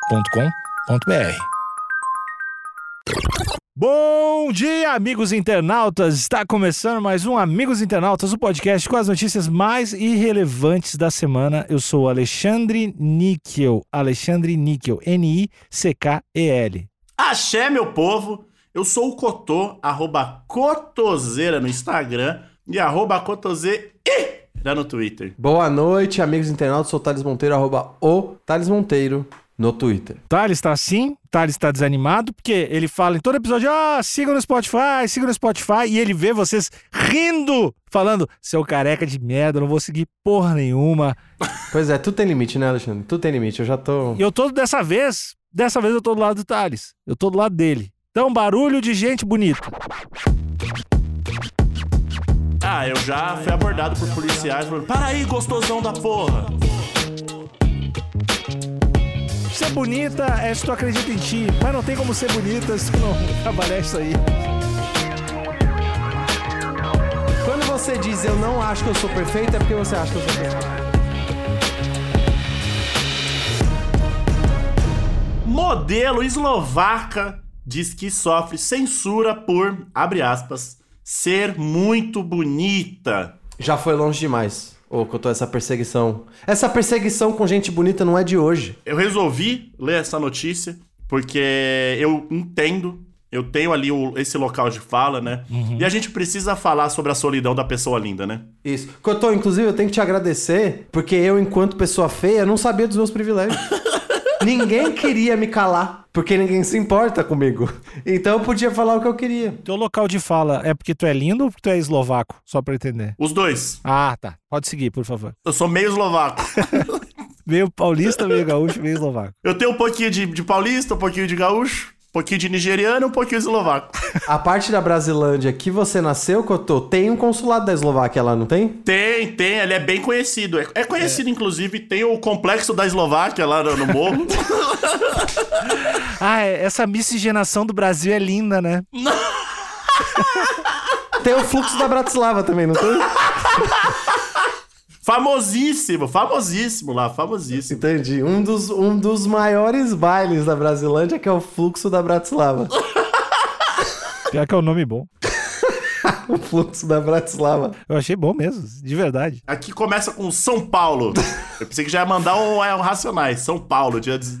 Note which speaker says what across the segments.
Speaker 1: agenciadepodcast.com.br.
Speaker 2: Bom dia, amigos internautas! Está começando mais um Amigos Internautas, o podcast com as notícias mais irrelevantes da semana. Eu sou o Alexandre Níquel, Alexandre Níquel, N-I-C-K-E-L.
Speaker 3: Axé, meu povo! Eu sou o Cotô, arroba Cotoseira no Instagram e arroba Cotoseira no Twitter.
Speaker 4: Boa noite, amigos internautas. Sou o Thales Monteiro, arroba o Thales Monteiro no Twitter.
Speaker 2: Thales está assim, Thales está desanimado, porque ele fala em todo episódio, ah, siga no Spotify, siga no Spotify, e ele vê vocês rindo, falando, seu careca de merda, não vou seguir porra nenhuma.
Speaker 4: Pois é, tudo tem limite, né, Alexandre? Tudo tem limite. Eu já tô.
Speaker 2: E eu tô dessa vez, dessa vez eu tô do lado do Thales, eu tô do lado dele. Então, barulho de gente bonita.
Speaker 3: Ah, eu já fui abordado por policiais falando: Para aí, gostosão da porra!
Speaker 2: Ser bonita é se tu acredita em ti, mas não tem como ser bonita se tu não trabalhar isso aí.
Speaker 4: Quando você diz eu não acho que eu sou perfeito, é porque você acha que eu sou perfeito.
Speaker 3: Modelo eslovaca diz que sofre censura por, abre aspas, ser muito bonita.
Speaker 4: Já foi longe demais. Ô, que eu tô essa perseguição. Essa perseguição com gente bonita não é de hoje.
Speaker 3: Eu resolvi ler essa notícia porque eu entendo, eu tenho ali o- esse local de fala, né? E a gente precisa falar sobre a solidão da pessoa linda, né?
Speaker 4: Isso. Cotô, inclusive, eu tenho que te agradecer, porque eu, enquanto pessoa feia, não sabia dos meus privilégios. ninguém queria me calar, porque ninguém se importa comigo. Então eu podia falar o que eu queria.
Speaker 2: Teu local de fala é porque tu é lindo ou porque tu é eslovaco? Só pra eu entender.
Speaker 3: Os dois.
Speaker 2: Ah, tá. Pode seguir, por favor.
Speaker 3: Eu sou meio eslovaco.
Speaker 2: Meio paulista, meio gaúcho, meio eslovaco.
Speaker 3: Eu tenho um pouquinho de, de paulista, um pouquinho de gaúcho, um pouquinho de nigeriano, um pouquinho de eslovaco.
Speaker 4: A parte da Brasilândia que você nasceu, Cotô, tem um consulado da Eslováquia lá, não tem?
Speaker 3: Tem, tem, ele é bem conhecido. É, é conhecido, inclusive, tem o complexo da Eslováquia lá no, no morro.
Speaker 2: Ah, é- essa miscigenação do Brasil é linda, né?
Speaker 4: Tem o fluxo da Bratislava também, não tem?
Speaker 3: famosíssimo, famosíssimo lá, famosíssimo.
Speaker 4: Entendi. Um dos, um dos maiores bailes da Brasilândia que é o fluxo da Bratislava.
Speaker 2: Pior que é um nome bom.
Speaker 4: o fluxo da Bratislava.
Speaker 2: Eu achei bom mesmo, de verdade.
Speaker 3: Aqui começa com São Paulo. Eu pensei que já ia mandar um, é, um Racionais. São Paulo, dia de...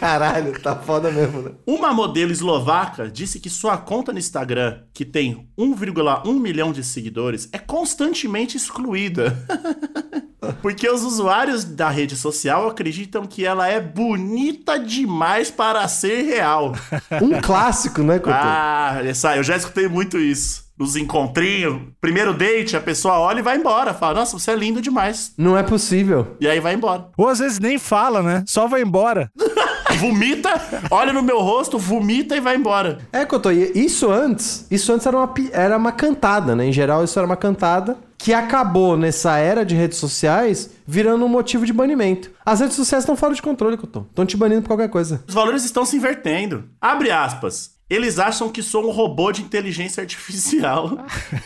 Speaker 4: Caralho, tá foda mesmo, né?
Speaker 3: Uma modelo eslovaca disse que sua conta no Instagram, que tem 1,1 milhão de seguidores, é constantemente excluída. Porque os usuários da rede social acreditam que ela é bonita demais para ser real.
Speaker 4: Um clássico, né, Cotô?
Speaker 3: Ah, essa, eu já escutei muito isso. Nos encontrinhos, primeiro date, a pessoa olha e vai embora. Fala, nossa, você é lindo demais.
Speaker 4: Não é possível.
Speaker 3: E aí vai embora.
Speaker 2: Ou às vezes nem fala, né? Só vai embora.
Speaker 3: Vomita, olha no meu rosto, vomita e vai embora.
Speaker 4: É, Cotô, e isso antes, isso antes era uma, pi- era uma cantada, né? Em geral, isso era uma cantada que acabou nessa era de redes sociais virando um motivo de banimento. As redes sociais estão fora de controle, Cotô. Estão te banindo por qualquer coisa.
Speaker 3: Os valores estão se invertendo. Abre aspas. Eles acham que sou um robô de inteligência artificial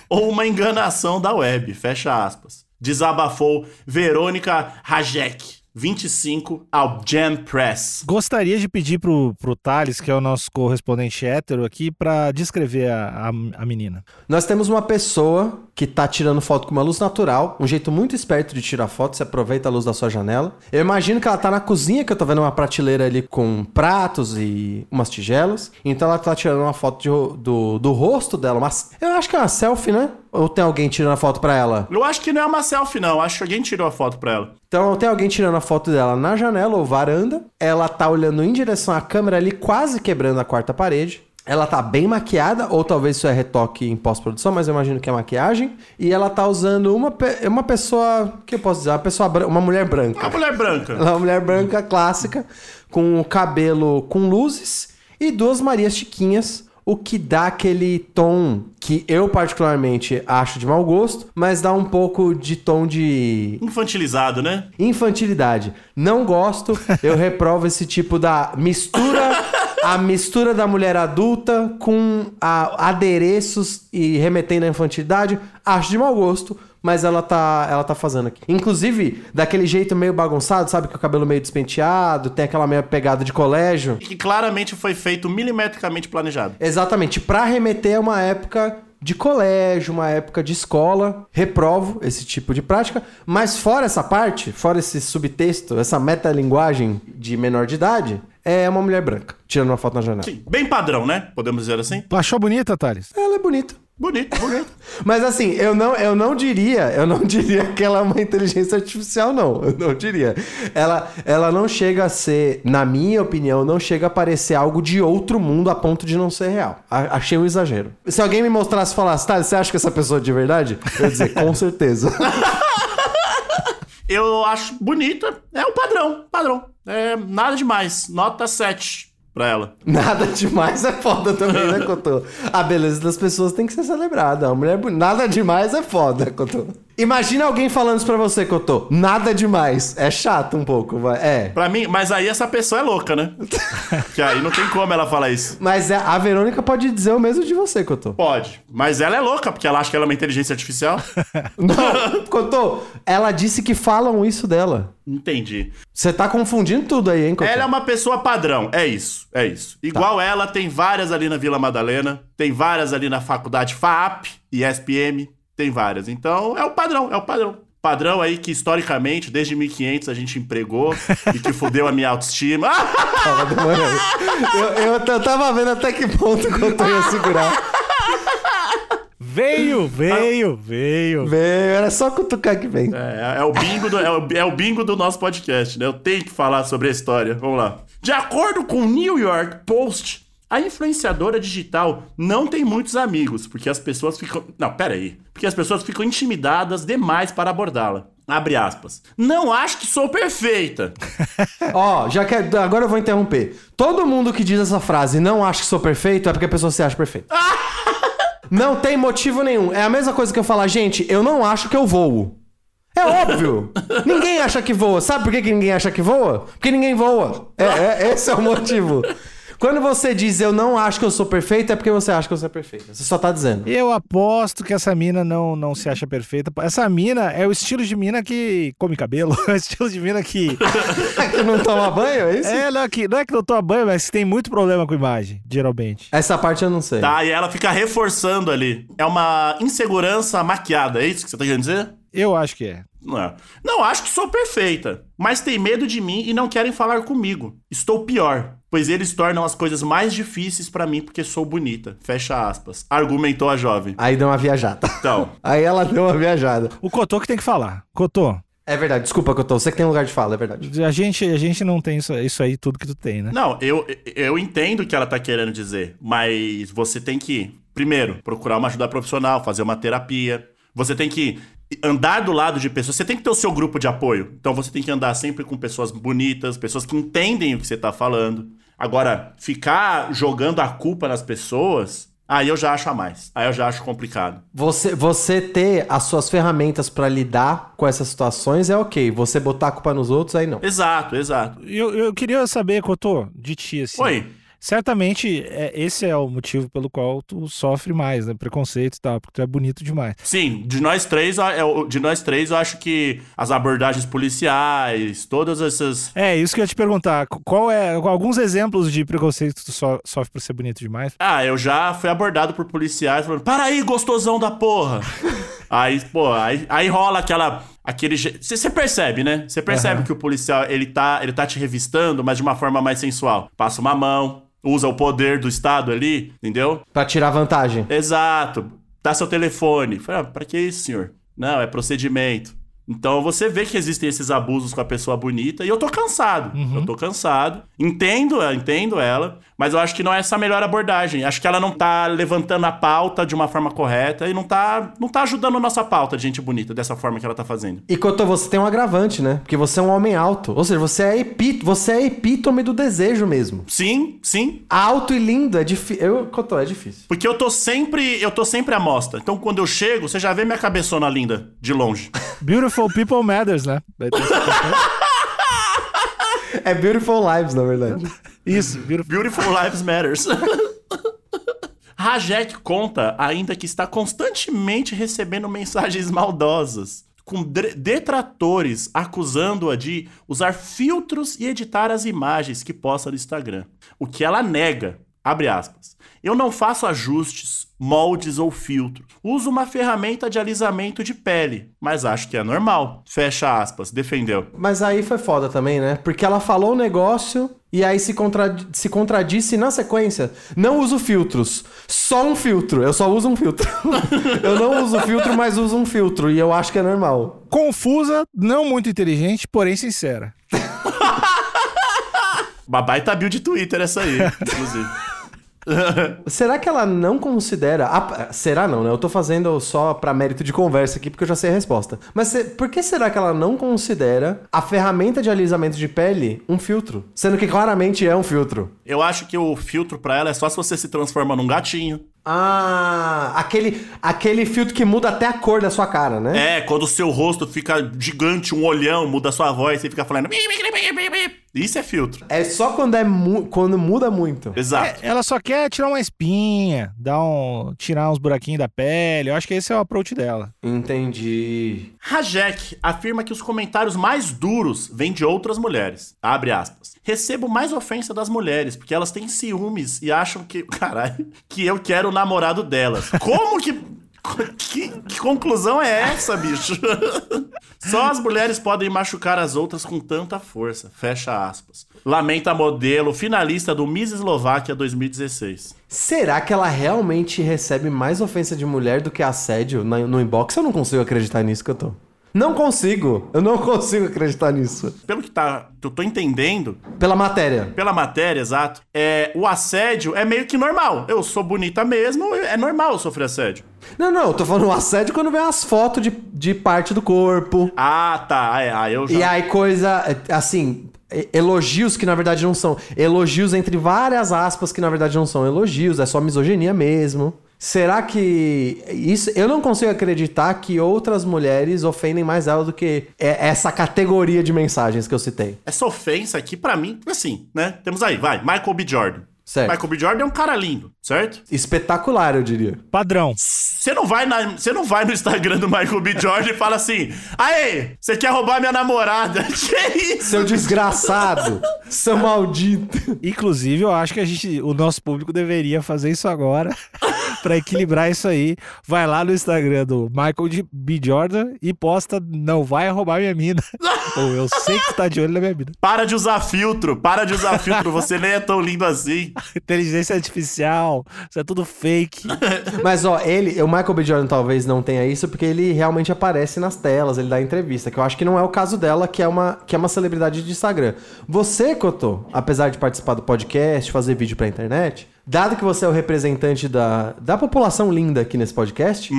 Speaker 3: ou uma enganação da web. Fecha aspas. Desabafou Verônica Rajek, 25, ao Jam Press.
Speaker 2: Gostaria de pedir pro, pro Thales, que é o nosso correspondente hétero aqui, pra descrever a, a, a menina.
Speaker 4: Nós temos uma pessoa que tá tirando foto com uma luz natural, um jeito muito esperto de tirar foto, você aproveita a luz da sua janela. Eu imagino que ela tá na cozinha, que eu tô vendo uma prateleira ali com pratos e umas tigelas. Então ela tá tirando uma foto de ro- do, do rosto dela, mas eu acho que é uma selfie, né? Ou tem alguém tirando a foto pra ela?
Speaker 3: Eu acho que não é uma selfie, não. Acho que alguém tirou a foto pra ela.
Speaker 4: Então tem alguém tirando a foto dela na janela ou varanda. Ela tá olhando em direção à câmera ali, quase quebrando a quarta parede. Ela tá bem maquiada, ou talvez isso é retoque em pós-produção, mas eu imagino que é maquiagem. E ela tá usando uma, pe- uma pessoa. O que eu posso dizer? Uma pessoa bran- uma mulher branca.
Speaker 3: Uma mulher branca.
Speaker 4: Ela é uma mulher branca clássica, com o cabelo com luzes e duas Marias Chiquinhas, o que dá aquele tom que eu particularmente acho de mau gosto, mas dá um pouco de tom de
Speaker 3: Infantilizado, né?
Speaker 4: Infantilidade. Não gosto, eu reprovo esse tipo da mistura, a mistura da mulher adulta com a- adereços e remetendo à infantilidade. Acho de mau gosto. mas ela tá, ela tá fazendo aqui. Inclusive, daquele jeito meio bagunçado, sabe? Que o cabelo meio despenteado, tem aquela meio pegada de colégio.
Speaker 3: E que claramente foi feito milimetricamente planejado.
Speaker 4: Exatamente, pra remeter a uma época de colégio, uma época de escola. Reprovo esse tipo de prática, mas fora essa parte, fora esse subtexto, essa metalinguagem de menor de idade, é uma mulher branca, tirando uma foto na janela.
Speaker 3: Sim, bem padrão, né? Podemos dizer assim?
Speaker 2: Achou bonita, Thales?
Speaker 4: Ela é bonita.
Speaker 3: Bonito, bonito.
Speaker 4: Mas assim, eu não, eu não diria, eu não diria que ela é uma inteligência artificial, não. Eu não diria. Ela, ela não chega a ser, na minha opinião, não chega a parecer algo de outro mundo a ponto de não ser real. A- achei um exagero. Se alguém me mostrasse e falasse, tá, você acha que essa pessoa é de verdade? Eu ia dizer, com certeza.
Speaker 3: Eu acho bonita. É o padrão, padrão. É nada demais. Nota 7 pra ela.
Speaker 4: Nada demais é foda também, né, Cotô? A beleza das pessoas tem que ser celebrada. A mulher bonita. Nada demais é foda, Cotô. Imagina alguém falando isso pra você, Cotô. Nada demais. É chato um pouco, vai. É.
Speaker 3: Pra mim, mas aí essa pessoa é louca, né? que aí não tem como ela falar isso.
Speaker 4: Mas é- a Verônica pode dizer o mesmo de você, Cotô.
Speaker 3: Pode. Mas ela é louca, porque ela acha que ela é uma inteligência artificial.
Speaker 4: Não, Cotô, ela disse que falam isso dela.
Speaker 3: Entendi.
Speaker 4: Você tá confundindo tudo aí, hein, Cotô?
Speaker 3: Ela é uma pessoa padrão, é isso, é isso. Igual ela, tem várias ali na Vila Madalena, tem várias ali na faculdade FAP e SPM, tem várias. Então, é o padrão, é o padrão. Padrão aí que, historicamente, desde 1500 a gente empregou e que fudeu a minha autoestima. Ah!
Speaker 4: eu, eu, t- tava vendo até que ponto o Cotô ia segurar.
Speaker 2: Veio, veio, veio.
Speaker 4: Veio, era só cutucar que vem.
Speaker 3: É, é o bingo do, é, o, é o bingo do nosso podcast, né? Eu tenho que falar sobre a história. Vamos lá. De acordo com o New York Post, a influenciadora digital não tem muitos amigos, porque as pessoas ficam. Não, peraí. Porque as pessoas ficam intimidadas demais para abordá-la. Abre aspas. Não acho que sou perfeita.
Speaker 4: Ó, já que é, agora eu vou interromper. Todo mundo que diz essa frase não acha que sou perfeito é porque a pessoa se acha perfeita. não tem motivo nenhum. É a mesma coisa que eu falar, gente, eu não acho que eu voo. É óbvio! ninguém acha que voa. Sabe por que, que ninguém acha que voa? Porque ninguém voa. É, é- esse é o motivo. Quando você diz eu não acho que eu sou perfeito, é porque você acha que você é perfeito. Você só tá dizendo.
Speaker 2: Eu aposto que essa mina não, não se acha perfeita. Essa mina é o estilo de mina que come cabelo. É o estilo de mina que.
Speaker 4: que não toma banho, é isso?
Speaker 2: É, não é que não, é que não toma banho, mas que tem muito problema com imagem, geralmente.
Speaker 4: Essa parte eu não sei.
Speaker 3: Tá, e ela fica reforçando ali. É uma insegurança maquiada, é isso que você tá querendo dizer?
Speaker 2: Eu acho que é.
Speaker 3: Não. não acho que sou perfeita, mas tem medo de mim e não querem falar comigo. Estou pior, pois eles tornam as coisas mais difíceis pra mim porque sou bonita. Fecha aspas. Argumentou a jovem.
Speaker 4: Aí deu uma viajada.
Speaker 3: Então,
Speaker 4: Aí ela deu uma viajada.
Speaker 2: O Cotô que tem que falar. Cotô,
Speaker 4: É verdade, desculpa, Cotô. Você que tem lugar de fala, é verdade.
Speaker 2: a gente, a gente não tem isso, isso aí tudo que tu tem, né?
Speaker 3: não, eu, eu entendo o que ela tá querendo dizer, mas você tem que, primeiro, procurar uma ajuda profissional, fazer uma terapia. Você tem que andar do lado de pessoas. Você tem que ter o seu grupo de apoio. Então você tem que andar sempre com pessoas bonitas, pessoas que entendem o que você tá falando. Agora, ficar jogando a culpa nas pessoas, aí eu já acho a mais. Aí eu já acho complicado.
Speaker 4: Você, você ter as suas ferramentas pra lidar com essas situações é ok. Você botar a culpa nos outros, aí não.
Speaker 3: Exato, exato.
Speaker 2: Eu, eu queria saber, Cotô, de ti, assim.
Speaker 3: Oi.
Speaker 2: Certamente, é, esse é o motivo pelo qual tu sofre mais, né? Preconceito e tal, porque tu é bonito demais.
Speaker 3: Sim, de nós três, ó, é o- de nós três, eu acho que as abordagens policiais, todas essas.
Speaker 2: É, isso que eu ia te perguntar. Qu- Qual é. Alguns exemplos de preconceito que tu so- sofre por ser bonito demais?
Speaker 3: Ah, eu já fui abordado por policiais falando: para aí, gostosão da porra! aí, pô, aí, aí rola aquela. Aquele. Você percebe, né? Você percebe que o policial ele tá, ele tá te revistando, mas de uma forma mais sensual. Passa uma mão, usa o poder do Estado ali, entendeu?
Speaker 4: Pra tirar vantagem.
Speaker 3: Exato. Dá seu telefone. Falei, ah, pra que isso, senhor? Não, é procedimento. Então você vê que existem esses abusos com a pessoa bonita e eu tô cansado. Eu tô cansado. Entendo, ela, entendo ela, mas eu acho que não é essa a melhor abordagem. Acho que ela não tá levantando a pauta de uma forma correta e não tá, não tá ajudando a nossa pauta de gente bonita dessa forma que ela tá fazendo.
Speaker 4: E Cotô, você tem um agravante, né? Porque você é um homem alto. Ou seja, você é, epi- você é epítome do desejo mesmo.
Speaker 3: Sim, sim.
Speaker 4: Alto e lindo é difícil. Eu, Cotô, é difícil.
Speaker 3: Porque eu tô sempre, eu tô sempre à mostra. Então quando eu chego, você já vê minha cabeçona linda de longe.
Speaker 2: Beautiful people matters, né? Daí tem esse-
Speaker 4: É Beautiful Lives, na verdade.
Speaker 2: Isso, beautiful.
Speaker 3: Beautiful Lives Matters. Rajek conta ainda que está constantemente recebendo mensagens maldosas, com dre- detratores acusando-a de usar filtros e editar as imagens que posta no Instagram. O que ela nega. Abre aspas. Eu não faço ajustes, moldes ou filtros. Uso uma ferramenta de alisamento de pele, mas acho que é normal. Fecha aspas. Defendeu.
Speaker 4: Mas aí foi foda também, né? Porque ela falou um negócio e aí se, contra... se contradisse na sequência. Não uso filtros. Só um filtro. Eu só uso um filtro. eu não uso filtro, mas uso um filtro. E eu acho que é normal.
Speaker 2: Confusa, não muito inteligente, porém sincera.
Speaker 3: Uma baita build de Twitter essa aí, inclusive.
Speaker 4: Será que ela não considera. a- Será não, né? Eu tô fazendo só pra mérito de conversa aqui, porque eu já sei a resposta. Mas se- por que será que ela não considera a ferramenta de alisamento de pele um filtro? Sendo que claramente é um filtro.
Speaker 3: Eu acho que o filtro pra ela é só se você se transforma num gatinho.
Speaker 4: Ah, aquele, aquele filtro que muda até a cor da sua cara, né?
Speaker 3: É, quando o seu rosto fica gigante, um olhão, muda a sua voz, você fica falando. Isso é filtro.
Speaker 4: É, só quando, é mu- quando muda muito.
Speaker 3: Exato.
Speaker 2: É, Ela só quer tirar uma espinha, dar um, tirar uns buraquinhos da pele. Eu acho que esse é o approach dela.
Speaker 4: Entendi.
Speaker 3: Rajek afirma que os comentários mais duros vêm de outras mulheres. Abre aspas. Recebo mais ofensa das mulheres, porque elas têm ciúmes e acham que. Caralho, que eu quero o namorado delas. Como que. Que, que conclusão é essa, bicho? Só as mulheres podem machucar as outras com tanta força. Fecha aspas. Lamenta modelo finalista do Miss Eslováquia 2016.
Speaker 4: Será que ela realmente recebe mais ofensa de mulher do que assédio na- no inbox? Eu não consigo acreditar nisso que eu tô. Não consigo! Eu não consigo acreditar nisso.
Speaker 3: Pelo que, tá, que eu tô entendendo,
Speaker 4: Pela matéria.
Speaker 3: pela matéria, exato, é, o assédio é meio que normal. Eu sou bonita mesmo, é normal eu sofrer assédio.
Speaker 4: Não, não, eu tô falando assédio quando vem as fotos de, de parte do corpo.
Speaker 3: Ah, tá. É, ah, eu já.
Speaker 4: E aí coisa, é, assim, e- elogios que na verdade não são. Elogios entre várias aspas que na verdade não são elogios, é só misoginia mesmo. Será que isso eu não consigo acreditar que outras mulheres ofendem mais ela do que é- essa categoria de mensagens que eu citei?
Speaker 3: Essa ofensa aqui, pra mim, assim, né? Temos aí, vai, Michael B. Jordan.
Speaker 4: Certo.
Speaker 3: Michael B. Jordan é um cara lindo, certo?
Speaker 4: Espetacular, eu diria.
Speaker 2: Padrão.
Speaker 3: Você não, vai na- você não vai no Instagram do Michael B. Jordan e fala assim: Aê, você quer roubar minha namorada? Que isso?
Speaker 4: Seu desgraçado, seu maldito.
Speaker 2: Inclusive, eu acho que a gente, o nosso público deveria fazer isso agora pra equilibrar isso aí. Vai lá no Instagram do Michael de- B. Jordan e posta não vai roubar minha mina. Ou eu sei que tu tá de olho na minha mina.
Speaker 3: Para de usar filtro, para de usar filtro, você nem é tão lindo assim.
Speaker 2: Inteligência artificial, isso é tudo fake.
Speaker 4: Mas ó, ele, o Michael B. Jordan talvez não tenha isso, porque ele realmente aparece nas telas, ele dá entrevista, que eu acho que não é o caso dela, que é uma, que é uma celebridade de Instagram. Você, Cotô, apesar de participar do podcast, fazer vídeo pra internet, dado que você é o representante da, da população linda aqui nesse podcast,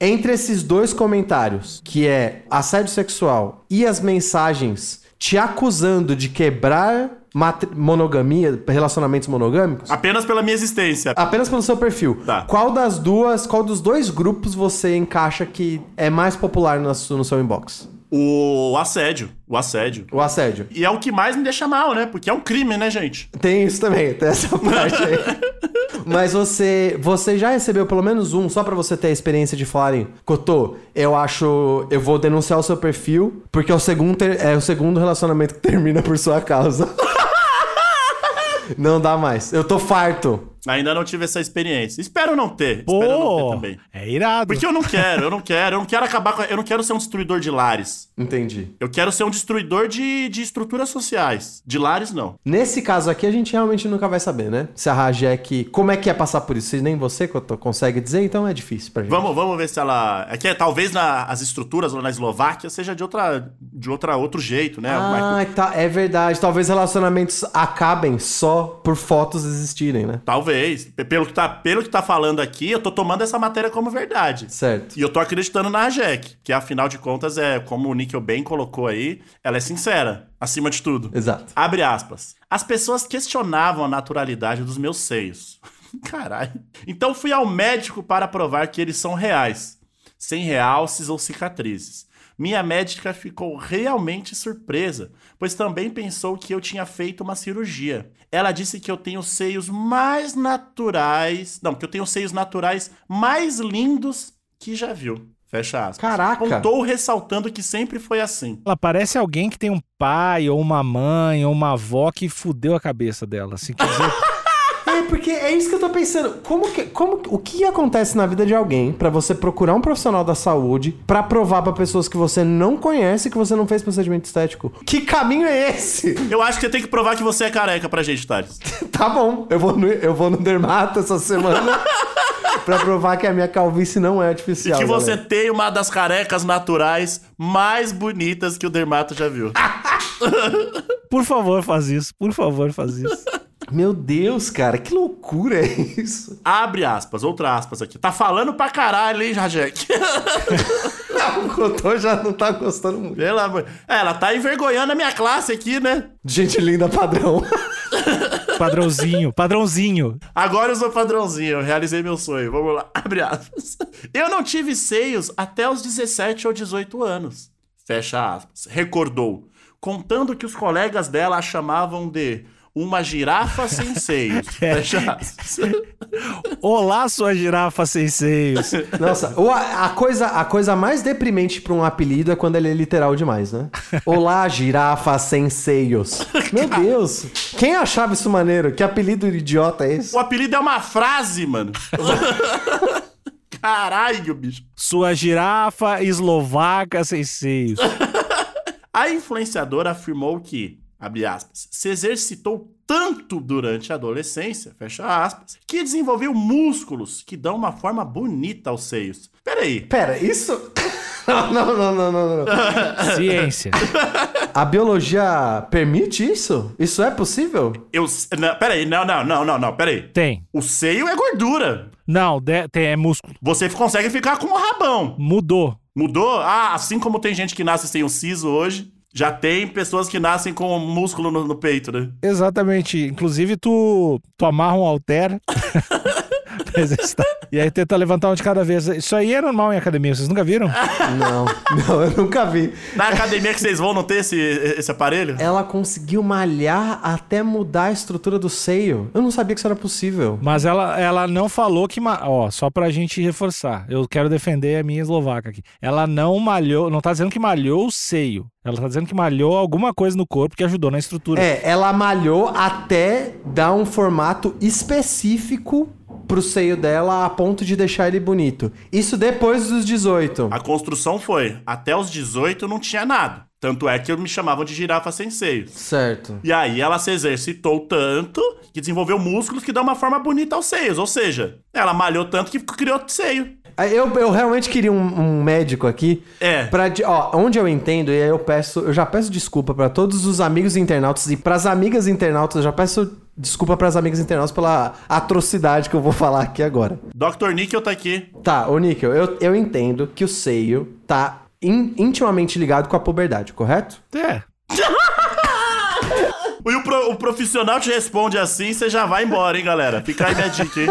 Speaker 4: entre esses dois comentários, que é assédio sexual e as mensagens te acusando de quebrar matri- monogamia, relacionamentos monogâmicos.
Speaker 3: Apenas pela minha existência.
Speaker 4: Apenas pelo seu perfil.
Speaker 3: Tá.
Speaker 4: Qual das duas, qual dos dois grupos você encaixa que é mais popular na su- no seu inbox?
Speaker 3: O assédio, o assédio.
Speaker 4: O assédio.
Speaker 3: E é o que mais me deixa mal, né? Porque é um crime, né, gente?
Speaker 4: Tem isso também, tem essa parte aí. Mas você, você já recebeu pelo menos um, só pra você ter a experiência de falarem, Cotô, eu acho, eu vou denunciar o seu perfil, porque é o segundo, ter- é o segundo relacionamento que termina por sua causa. Não dá mais. Eu tô farto.
Speaker 3: Ainda não tive essa experiência. Espero não ter. Espero não ter
Speaker 2: Pô,
Speaker 3: também.
Speaker 2: é irado.
Speaker 3: Porque eu não quero, eu não quero, eu não quero acabar com. Eu não quero ser um destruidor de lares.
Speaker 4: Entendi.
Speaker 3: Eu quero ser um destruidor de, de estruturas sociais. De lares, não.
Speaker 4: Nesse caso aqui, a gente realmente nunca vai saber, né? Se a Rajek. Como é que é passar por isso? Se nem você Cotô, consegue dizer, então é difícil pra gente.
Speaker 3: Vamos, vamos ver se ela. É que talvez na- as estruturas lá na Eslováquia seja de outra. de outra, outro jeito, né?
Speaker 4: Ah,
Speaker 3: Mas-
Speaker 4: tá, é verdade. Talvez relacionamentos acabem só por fotos existirem, né?
Speaker 3: Talvez. P- Pelo que, tá, pelo que tá falando aqui, eu tô tomando essa matéria como verdade.
Speaker 4: Certo.
Speaker 3: E eu tô acreditando na Rajek, que afinal de contas é, como o Nickel bem colocou aí, ela é sincera, acima de tudo.
Speaker 4: Exato.
Speaker 3: Abre aspas. As pessoas questionavam a naturalidade dos meus seios. Caralho. Então fui ao médico para provar que eles são reais, sem realces ou cicatrizes. Minha médica ficou realmente surpresa, pois também pensou que eu tinha feito uma cirurgia. Ela disse que eu tenho seios mais naturais. Não, que eu tenho seios naturais mais lindos que já viu. Fecha aspas.
Speaker 4: Caraca.
Speaker 3: Contou ressaltando que sempre foi assim.
Speaker 2: Ela parece alguém que tem um pai, ou uma mãe, ou uma avó que fudeu a cabeça dela. Assim, quer dizer,
Speaker 4: É, porque é isso que eu tô pensando. Como que, como, o que acontece na vida de alguém pra você procurar um profissional da saúde pra provar pra pessoas que você não conhece que você não fez procedimento estético? Que caminho é esse?
Speaker 3: Eu acho que você tem que provar que você é careca pra gente, Thales.
Speaker 4: Tá bom, eu vou no, eu vou no dermato essa semana pra provar que a minha calvície não é
Speaker 3: E
Speaker 4: artificial.
Speaker 3: que você
Speaker 4: galera.
Speaker 3: tem uma das carecas naturais mais bonitas que o Dermato já viu.
Speaker 2: por favor, faz isso. Por favor, faz isso.
Speaker 4: Meu Deus, cara, que loucura é isso?
Speaker 3: Abre aspas, outra aspas aqui. Tá falando pra caralho, hein, Jajek? Tá
Speaker 4: Não, o Cotô já não tá gostando muito.
Speaker 3: Pelo amor. É, Ela tá envergonhando a minha classe aqui, né?
Speaker 4: Gente linda padrão.
Speaker 2: Padrãozinho, padrãozinho.
Speaker 3: Agora eu sou padrãozinho, eu realizei meu sonho. Vamos lá, abre aspas. Eu não tive seios até os 17 ou 18 anos. Fecha aspas. Recordou, contando que os colegas dela a chamavam de uma girafa sem seios. Fecha aspas.
Speaker 2: Olá, sua girafa sem seios.
Speaker 4: Nossa, ou a, a coisa, a coisa mais deprimente pra um apelido é quando ele é literal demais, né? Olá, girafa sem seios. Meu Deus, quem achava isso maneiro? Que apelido idiota é esse?
Speaker 3: O apelido é uma frase, mano. Caralho, bicho.
Speaker 2: Sua girafa eslovaca sem seios.
Speaker 3: A influenciadora afirmou que, abre aspas, se exercitou tanto durante a adolescência, fecha aspas, que desenvolveu músculos que dão uma forma bonita aos seios. Peraí,
Speaker 4: Pera, isso. Não, não, não, não, não, não.
Speaker 2: Ciência.
Speaker 4: A biologia permite isso? Isso é possível?
Speaker 3: eu. Não, peraí, não, não, não, não, não, peraí.
Speaker 2: Tem.
Speaker 3: O seio é gordura.
Speaker 2: Não, de- tem, é músculo.
Speaker 3: Você consegue ficar com o rabão.
Speaker 2: Mudou.
Speaker 3: Mudou? Ah, assim como tem gente que nasce sem um siso hoje, já tem pessoas que nascem com um músculo no, no peito, né?
Speaker 2: Exatamente. Inclusive, tu, tu amarra um halter. pra exercitar. e aí tenta levantar um de cada vez. Isso aí é normal em academia, vocês nunca viram?
Speaker 4: Não, não, eu nunca vi.
Speaker 3: Na academia que vocês vão não ter esse, esse aparelho?
Speaker 4: Ela conseguiu malhar até mudar a estrutura do seio. Eu não sabia que isso era possível.
Speaker 2: Mas ela, ela não falou que. ma- Ó, só pra gente reforçar. Eu quero defender a minha eslovaca aqui. Ela não malhou. Não tá dizendo que malhou o seio. Ela tá dizendo que malhou alguma coisa no corpo que ajudou na estrutura.
Speaker 4: É, ela malhou até dar um formato específico pro seio dela a ponto de deixar ele bonito. Isso depois dos 18.
Speaker 3: A construção foi. Até os 18 não tinha nada. Tanto é que me chamavam de girafa sem seios.
Speaker 4: Certo.
Speaker 3: E aí ela se exercitou tanto que desenvolveu músculos que dão uma forma bonita aos seios. Ou seja, ela malhou tanto que criou seio.
Speaker 4: Eu, eu realmente queria um, um médico aqui.
Speaker 3: É.
Speaker 4: Pra, di- ó, onde eu entendo, e aí eu peço, eu já peço desculpa pra todos os amigos internautas e pras amigas internautas, eu já peço desculpa pras amigas internautas pela atrocidade que eu vou falar aqui agora.
Speaker 3: Dr. Nickel tá aqui.
Speaker 4: Tá, ô Níquel, eu, eu entendo que o seio tá in- intimamente ligado com a puberdade, correto?
Speaker 2: É.
Speaker 3: E o, pro- o profissional te responde assim, você já vai embora, hein, galera? Fica aí minha dica, hein?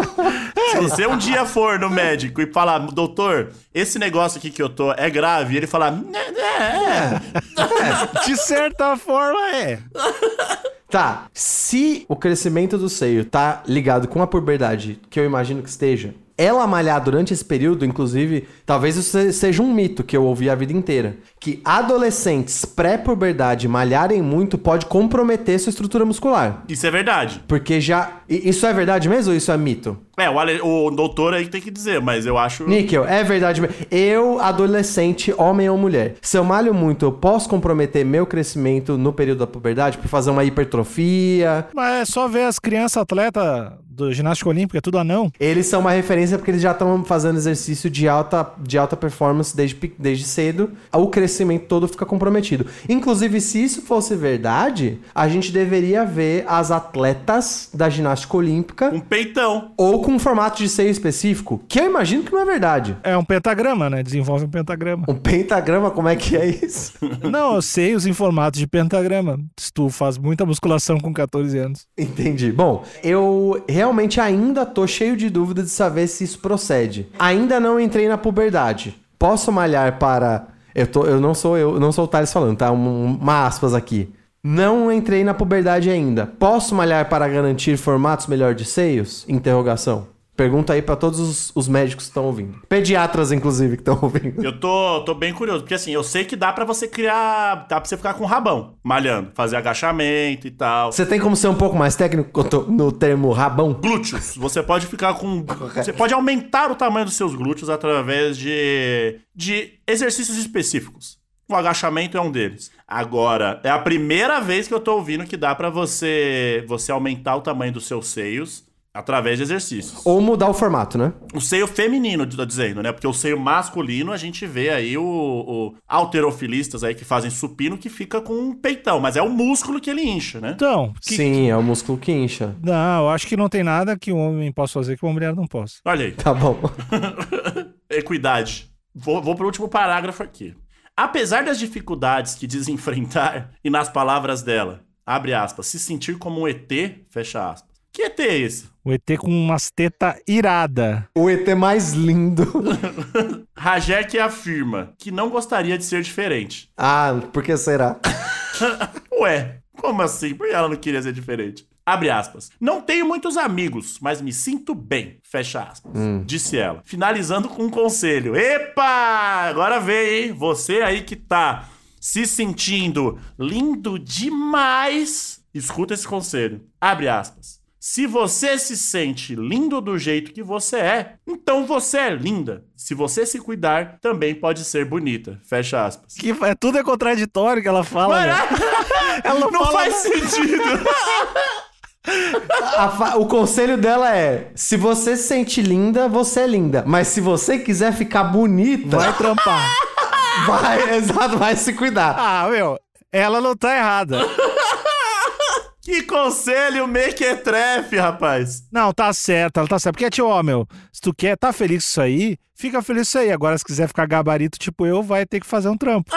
Speaker 3: Se você um dia for no médico e falar, doutor, esse negócio aqui que eu tô é grave, e ele falar, é, é,
Speaker 2: De certa forma, é.
Speaker 4: Tá, se o crescimento do seio tá ligado com a puberdade, que eu imagino que esteja, ela malhar durante esse período, inclusive, talvez isso se- seja um mito que eu ouvi a vida inteira. Que adolescentes pré-puberdade malharem muito pode comprometer sua estrutura muscular.
Speaker 3: isso é verdade.
Speaker 4: Porque já. i- Isso é verdade mesmo ou isso é mito?
Speaker 3: É, o, Ale- o doutor aí tem que dizer, mas eu acho.
Speaker 4: Níquel, é verdade mesmo. Eu, adolescente, homem ou mulher, se eu malho muito, eu posso comprometer meu crescimento no período da puberdade por fazer uma hipertrofia.
Speaker 2: Mas é só ver as crianças atletas do ginástica olímpica, é tudo anão.
Speaker 4: Eles são uma referência porque eles já estão fazendo exercício de alta, de alta performance desde, pe- desde cedo. O crescimento todo fica comprometido. Inclusive, se isso fosse verdade, a gente deveria ver as atletas da ginástica olímpica
Speaker 3: Um peitão.
Speaker 4: ou com um formato de seio específico, que eu imagino que não é verdade.
Speaker 2: É um pentagrama, né? Desenvolve um pentagrama.
Speaker 4: Um pentagrama, como é que é isso?
Speaker 2: Não, eu sei os em formato de pentagrama. Se tu faz muita musculação com 14 anos.
Speaker 4: Entendi. Bom, eu realmente ainda tô cheio de dúvida de saber se isso procede. Ainda não entrei na puberdade. Posso malhar para Eu, tô, eu não sou eu, não sou o Thales falando, tá? Um- uma aspas aqui. Não entrei na puberdade ainda. Posso malhar para garantir formatos melhor de seios? Interrogação. Pergunta aí pra todos os, os médicos que estão ouvindo. Pediatras, inclusive, que estão ouvindo.
Speaker 3: Eu tô, tô bem curioso, porque assim, eu sei que dá pra você criar. Dá pra você ficar com o rabão, malhando, fazer agachamento e tal.
Speaker 4: Você tem como ser um pouco mais técnico quanto no termo rabão?
Speaker 3: Glúteos. Você pode ficar com. Você pode aumentar o tamanho dos seus glúteos através de, de exercícios específicos. O agachamento é um deles. Agora, é a primeira vez que eu tô ouvindo que dá pra você você aumentar o tamanho dos seus seios através de exercícios.
Speaker 4: Ou mudar o formato, né?
Speaker 3: O seio feminino, tá dizendo, né? Porque o seio masculino, a gente vê aí o, o alterofilistas aí que fazem supino que fica com um peitão, mas é o músculo que ele incha, né?
Speaker 2: Então, que-
Speaker 4: Sim, é o músculo que incha.
Speaker 2: Não, eu acho que não tem nada que um homem possa fazer que uma mulher não possa.
Speaker 3: Olha aí.
Speaker 4: Tá bom.
Speaker 3: Equidade. Vou, vou pro último parágrafo aqui. Apesar das dificuldades que diz enfrentar, e nas palavras dela, abre aspas, se sentir como um ET, fecha aspas. Que ET é esse?
Speaker 2: O ET com umas tetas irada.
Speaker 4: O ET mais lindo.
Speaker 3: Rajek afirma que não gostaria de ser diferente.
Speaker 4: Ah, por que será?
Speaker 3: Ué, como assim? Por que ela não queria ser diferente? Abre aspas. Não tenho muitos amigos, mas me sinto bem. Fecha aspas. Disse ela. Finalizando com um conselho. Epa! Agora vem, hein? Você aí que tá se sentindo lindo demais, escuta esse conselho. Abre aspas. Se você se sente lindo do jeito que você é, então você é linda. Se você se cuidar, também pode ser bonita. Fecha aspas.
Speaker 2: Que é tudo é contraditório que ela fala. né? Ela
Speaker 3: é. não
Speaker 2: fala
Speaker 3: faz sentido.
Speaker 4: A fa- O conselho dela é: se você se sente linda, você é linda. Mas se você quiser ficar bonita,
Speaker 2: Vai trampar.
Speaker 4: vai, exato, vai se cuidar.
Speaker 2: Ah, meu, ela não tá errada.
Speaker 3: Que conselho mequetrefe, rapaz.
Speaker 2: Não, tá certo, ela tá certa. Porque, tio, ó, meu, se tu quer, tá feliz com isso aí, fica feliz com isso aí. Agora, se quiser ficar gabarito tipo eu, vai ter que fazer um trampo.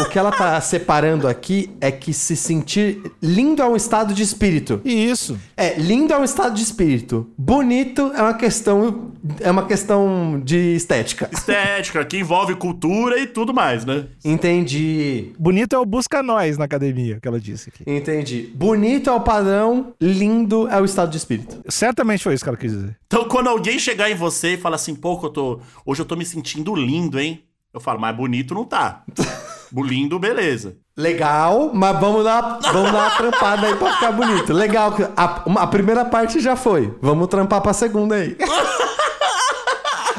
Speaker 4: O que ela tá separando aqui é que se sentir lindo é um estado de espírito.
Speaker 2: E isso.
Speaker 4: É, lindo é um estado de espírito. Bonito é uma questão é uma questão de estética.
Speaker 3: Estética, que envolve cultura e tudo mais, né?
Speaker 4: Entendi.
Speaker 2: Bonito é o busca nós na academia, que ela disse aqui.
Speaker 4: Entendi. Bonito é o padrão, lindo é o estado de espírito.
Speaker 2: Certamente foi isso que ela quis dizer.
Speaker 3: Então, quando alguém chegar em você e falar assim, pô, que eu tô, hoje eu tô me sentindo lindo, hein? Eu falo, mas bonito não tá. Bu- lindo, beleza.
Speaker 4: Legal, mas vamos dar, vamos dar uma trampada aí pra ficar bonito. Legal, que a, uma- a primeira parte já foi. Vamos trampar pra segunda aí.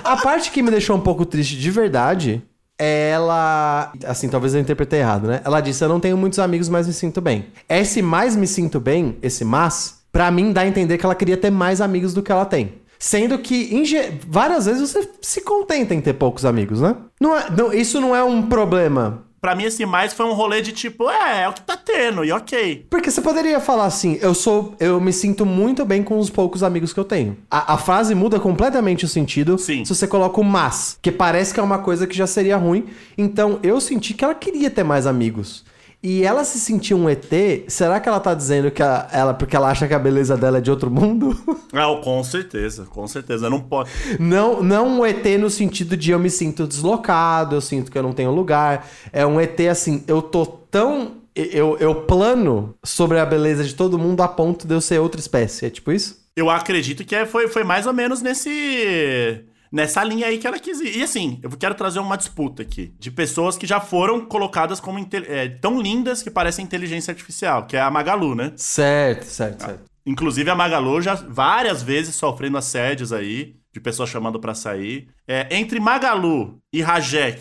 Speaker 4: A parte que me deixou um pouco triste de verdade é ela. Assim, talvez eu interpretei errado, né? Ela disse: Eu não tenho muitos amigos, mas me sinto bem. Esse mais me sinto bem, esse mas, pra mim dá a entender que ela queria ter mais amigos do que ela tem. Sendo que em ge- várias vezes você se contenta em ter poucos amigos, né? Não é- não- isso não é um problema.
Speaker 3: Pra mim, esse mais foi um rolê de tipo, é, é o que tá tendo, e ok.
Speaker 4: Porque você poderia falar assim, eu sou, eu me sinto muito bem com os poucos amigos que eu tenho. A, a frase muda completamente o sentido
Speaker 3: Sim.
Speaker 4: se você coloca o mas, que parece que é uma coisa que já seria ruim. Então eu senti que ela queria ter mais amigos. E ela se sentiu um ET, será que ela tá dizendo que a- ela, porque ela acha que a beleza dela é de outro mundo?
Speaker 3: Não, com certeza, com certeza. Não pode.
Speaker 4: Não, não um ET no sentido de eu me sinto deslocado, eu sinto que eu não tenho lugar. É um ET assim, eu tô tão. Eu, eu plano sobre a beleza de todo mundo a ponto de eu ser outra espécie. É tipo isso?
Speaker 3: Eu acredito que é- foi, foi mais ou menos nesse. Nessa linha aí que ela quis ir. E assim, eu quero trazer uma disputa aqui. De pessoas que já foram colocadas como inte- é, tão lindas que parecem inteligência artificial, que é a Magalu, né?
Speaker 4: Certo, certo, certo.
Speaker 3: Inclusive a Magalu já várias vezes sofrendo assédios aí, de pessoas chamando pra sair. É, entre Magalu e Rajek,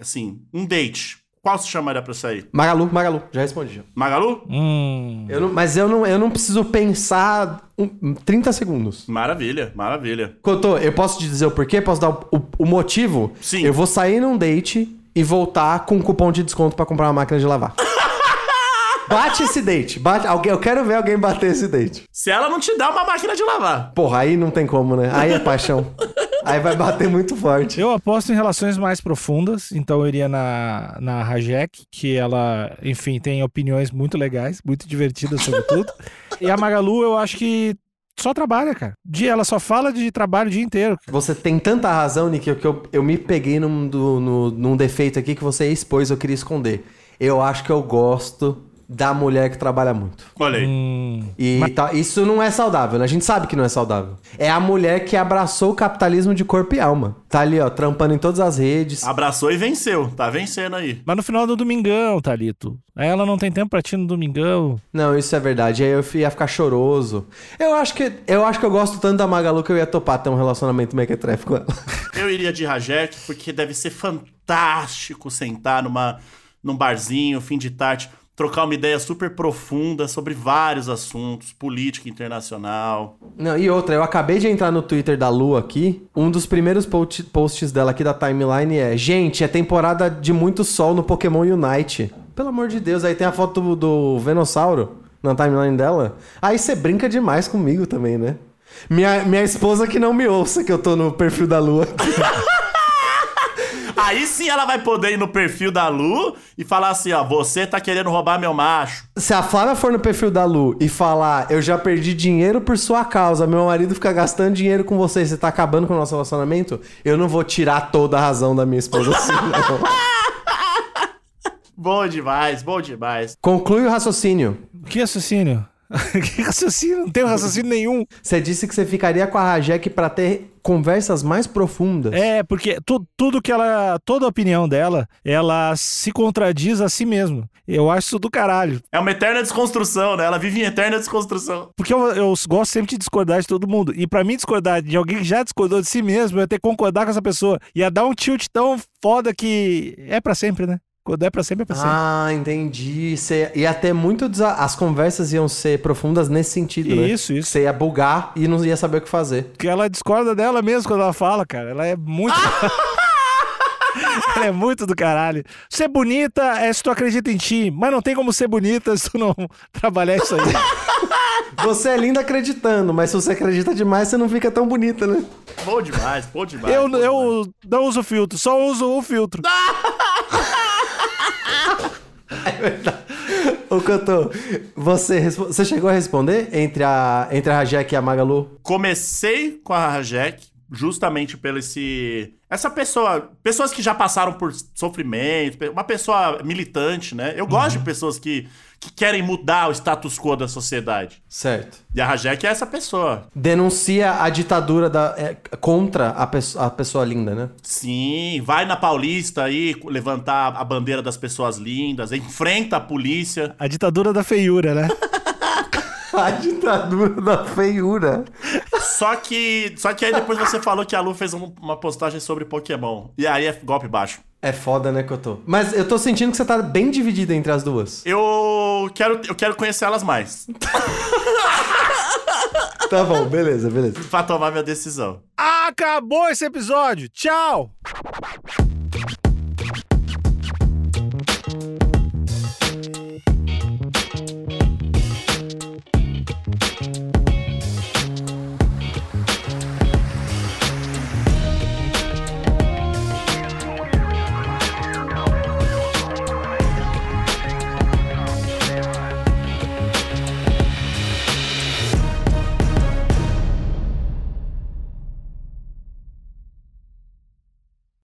Speaker 3: assim, um date. Qual se chamaria pra sair?
Speaker 4: Magalu, Magalu, já respondi. já.
Speaker 3: Magalu?
Speaker 2: Hum.
Speaker 4: Eu não- mas eu não, eu não preciso pensar um, 30 segundos.
Speaker 3: Maravilha, maravilha.
Speaker 4: Cotô, eu posso te dizer o porquê? Posso dar o, o- o motivo?
Speaker 3: Sim.
Speaker 4: Eu vou sair num date e voltar com um cupom de desconto pra comprar uma máquina de lavar. bate esse date. Bate, alguém, eu quero ver alguém bater esse date.
Speaker 3: Se ela não te dá uma máquina de lavar.
Speaker 4: Porra, aí não tem como, né? Aí é paixão. aí vai bater muito forte.
Speaker 2: Eu aposto em relações mais profundas, então eu iria na, na Rajek, que ela, enfim, tem opiniões muito legais, muito divertidas sobre tudo. e a Magalu, eu acho que só trabalha, cara. Dia, ela só fala de trabalho o dia inteiro.
Speaker 4: Você tem tanta razão, Nick, que eu, eu me peguei num, do- no- num defeito aqui que você expôs, eu queria esconder. Eu acho que eu gosto da mulher que trabalha muito.
Speaker 3: Olha
Speaker 2: Hum.
Speaker 3: aí.
Speaker 4: E tá- isso não é saudável, né? A gente sabe que não é saudável. É a mulher que abraçou o capitalismo de corpo e alma. Tá ali, ó, trampando em todas as redes.
Speaker 3: Abraçou e venceu. Tá vencendo aí.
Speaker 2: Mas no final do domingão, Thalito. Aí ela não tem tempo pra ti no domingão.
Speaker 4: Não, isso é verdade. Aí eu fi- ia ficar choroso. Eu acho que eu acho que eu gosto tanto da Magalu que eu ia topar ter um relacionamento mequetrefe com ela.
Speaker 3: Eu iria de Rajek, porque deve ser fantástico sentar numa, num barzinho, fim de tarde, trocar uma ideia super profunda sobre vários assuntos, política internacional.
Speaker 4: Não, e outra, eu acabei de entrar no Twitter da Lu aqui. Um dos primeiros post- posts dela aqui da timeline é: Gente, é temporada de muito sol no Pokémon Unite. Pelo amor de Deus, aí tem a foto do, do Venossauro na timeline dela. Aí você brinca demais comigo também, né? Minha, minha esposa que não me ouça que eu tô no perfil da Lua.
Speaker 3: Aí sim ela vai poder ir no perfil da Lu e falar assim: ó, você tá querendo roubar meu macho.
Speaker 4: Se a Flávia for no perfil da Lu e falar, eu já perdi dinheiro por sua causa, meu marido fica gastando dinheiro com você, você tá acabando com o nosso relacionamento, eu não vou tirar toda a razão da minha esposa assim, não.
Speaker 3: Bom demais, bom demais.
Speaker 4: Conclui o raciocínio.
Speaker 2: Que raciocínio? que raciocínio? Não tem um raciocínio nenhum.
Speaker 4: Você disse que você ficaria com a Rajek pra ter conversas mais profundas.
Speaker 2: É, porque tu- tudo que ela. Toda a opinião dela, ela se contradiz a si mesma. Eu acho isso do caralho.
Speaker 3: É uma eterna desconstrução, né? Ela vive em eterna desconstrução.
Speaker 2: Porque eu, eu gosto sempre de discordar de todo mundo. E pra mim, discordar de alguém que já discordou de si mesmo, eu ia ter que concordar com essa pessoa. Ia dar um tilt tão foda que é pra sempre, né? Quando é pra sempre, é pra sempre.
Speaker 4: Ah, entendi. Você ia ter muito. desa- As conversas iam ser profundas nesse sentido, né?
Speaker 2: Isso, isso.
Speaker 4: Você ia bugar e não ia saber o que fazer.
Speaker 2: Porque ela discorda dela mesmo quando ela fala, cara. Ela é muito. ela é muito do caralho. Ser bonita é se tu acredita em ti, mas não tem como ser bonita se tu não trabalhar isso aí.
Speaker 4: Você é linda acreditando, mas se você acredita demais, você não fica tão bonita, né?
Speaker 3: Bom demais, bom demais.
Speaker 2: Eu,
Speaker 3: bom demais.
Speaker 2: eu não uso filtro, só uso o filtro.
Speaker 4: Ô, Cantor, você, respo- você chegou a responder entre a, entre a Rajek e a Magalu?
Speaker 3: Comecei com a Rajek justamente pelo esse essa pessoa, pessoas que já passaram por sofrimento, pe- uma pessoa militante, né? Eu gosto de pessoas que, que querem mudar o status quo da sociedade.
Speaker 4: Certo.
Speaker 3: E a Rajek é essa pessoa.
Speaker 4: Denuncia a ditadura da, é, contra a, pesso- a pessoa linda, né?
Speaker 3: Sim, vai na Paulista aí co- levantar a bandeira das pessoas lindas, enfrenta a polícia.
Speaker 2: A ditadura da feiura, né?
Speaker 4: A ditadura da feiura.
Speaker 3: Só que só que aí depois você falou que a Lu fez um- uma postagem sobre Pokémon. E aí é golpe baixo.
Speaker 4: É foda, né, Cotô? Mas eu tô sentindo que você tá bem dividido entre as duas.
Speaker 3: Eu quero eu quero conhecer elas mais.
Speaker 4: Tá bom, beleza, beleza.
Speaker 3: Pra tomar minha decisão.
Speaker 2: Acabou esse episódio. Tchau!